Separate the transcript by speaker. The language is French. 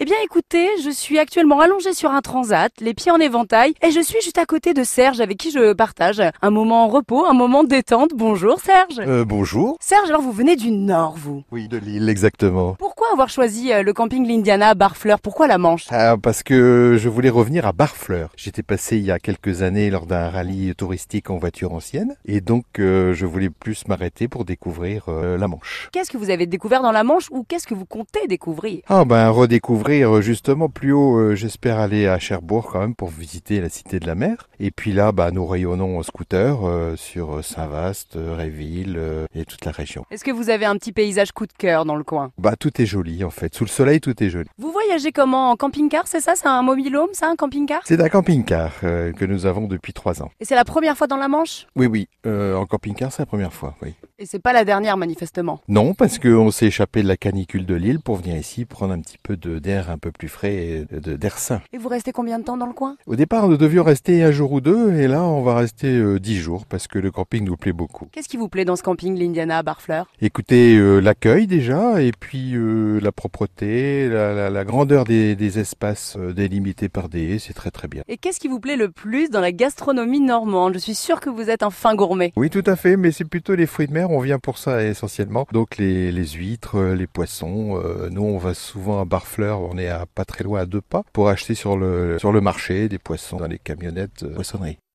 Speaker 1: Eh bien écoutez, je suis actuellement allongée sur un transat, les pieds en éventail, et je suis juste à côté de Serge avec qui je partage un moment en repos, un moment détente. Bonjour Serge.
Speaker 2: Euh, bonjour.
Speaker 1: Serge, alors vous venez du Nord, vous.
Speaker 2: Oui, de Lille, exactement.
Speaker 1: Pourquoi avoir choisi euh, le camping l'Indiana à Barfleur Pourquoi la Manche
Speaker 2: Ah, parce que je voulais revenir à Barfleur. J'étais passé il y a quelques années lors d'un rallye touristique en voiture ancienne, et donc euh, je voulais plus m'arrêter pour découvrir euh, la Manche.
Speaker 1: Qu'est-ce que vous avez découvert dans la Manche ou qu'est-ce que vous comptez découvrir
Speaker 2: Ah ben redécouvrir euh, justement plus haut, euh, j'espère aller à Cherbourg quand même pour visiter la cité de la mer. Et puis là, bah, nous rayonnons en scooter euh, sur euh, Saint-Vaast, euh, Réville euh, et toute la région.
Speaker 1: Est-ce que vous avez un petit paysage coup de cœur dans le coin
Speaker 2: Bah tout est joli en fait, sous le soleil tout est joli.
Speaker 1: Vous voyagez comment En camping-car, c'est ça C'est un mobilhome, ça, un camping-car
Speaker 2: C'est un camping-car euh, que nous avons depuis trois ans.
Speaker 1: Et c'est la première fois dans la Manche
Speaker 2: Oui, oui, euh, en camping-car c'est la première fois, oui.
Speaker 1: Et c'est pas la dernière, manifestement.
Speaker 2: Non, parce qu'on s'est échappé de la canicule de Lille pour venir ici prendre un petit peu de d'air un peu plus frais et de- d'air sain.
Speaker 1: Et vous restez combien de temps dans le coin
Speaker 2: Au départ, nous devions rester un jour ou deux, et là, on va rester euh, dix jours parce que le camping nous plaît beaucoup.
Speaker 1: Qu'est-ce qui vous plaît dans ce camping l'Indiana à Barfleur
Speaker 2: Écoutez, euh, l'accueil déjà, et puis euh, la propreté, la, la- la grandeur des, des espaces euh, délimités par des haies, c'est très très bien.
Speaker 1: Et qu'est-ce qui vous plaît le plus dans la gastronomie normande Je suis sûre que vous êtes un fin gourmet.
Speaker 2: Oui, tout à fait, mais c'est plutôt les fruits de mer, on vient pour ça essentiellement. Donc les, les huîtres, euh, les poissons, euh, nous on va souvent à Barfleur, on est à pas très loin, à deux pas, pour acheter sur le, sur le marché des poissons dans les camionnettes euh, poissonneries.